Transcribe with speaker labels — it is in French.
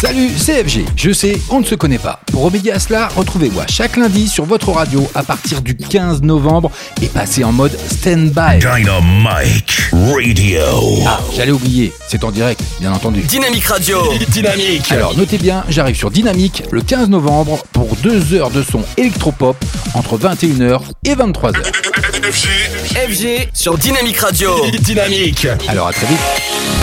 Speaker 1: Salut, c'est FG. Je sais, on ne se connaît pas. Pour remédier à cela, retrouvez-moi chaque lundi sur votre radio à partir du 15 novembre et passez en mode stand-by.
Speaker 2: Dynamite Radio.
Speaker 1: Ah, j'allais oublier, c'est en direct, bien entendu.
Speaker 3: Dynamique Radio.
Speaker 2: Dynamique.
Speaker 1: Alors notez bien, j'arrive sur Dynamique le 15 novembre pour 2 heures de son électropop entre 21h et 23h.
Speaker 3: FG sur Dynamique Radio.
Speaker 2: Dynamique.
Speaker 1: Alors à très vite.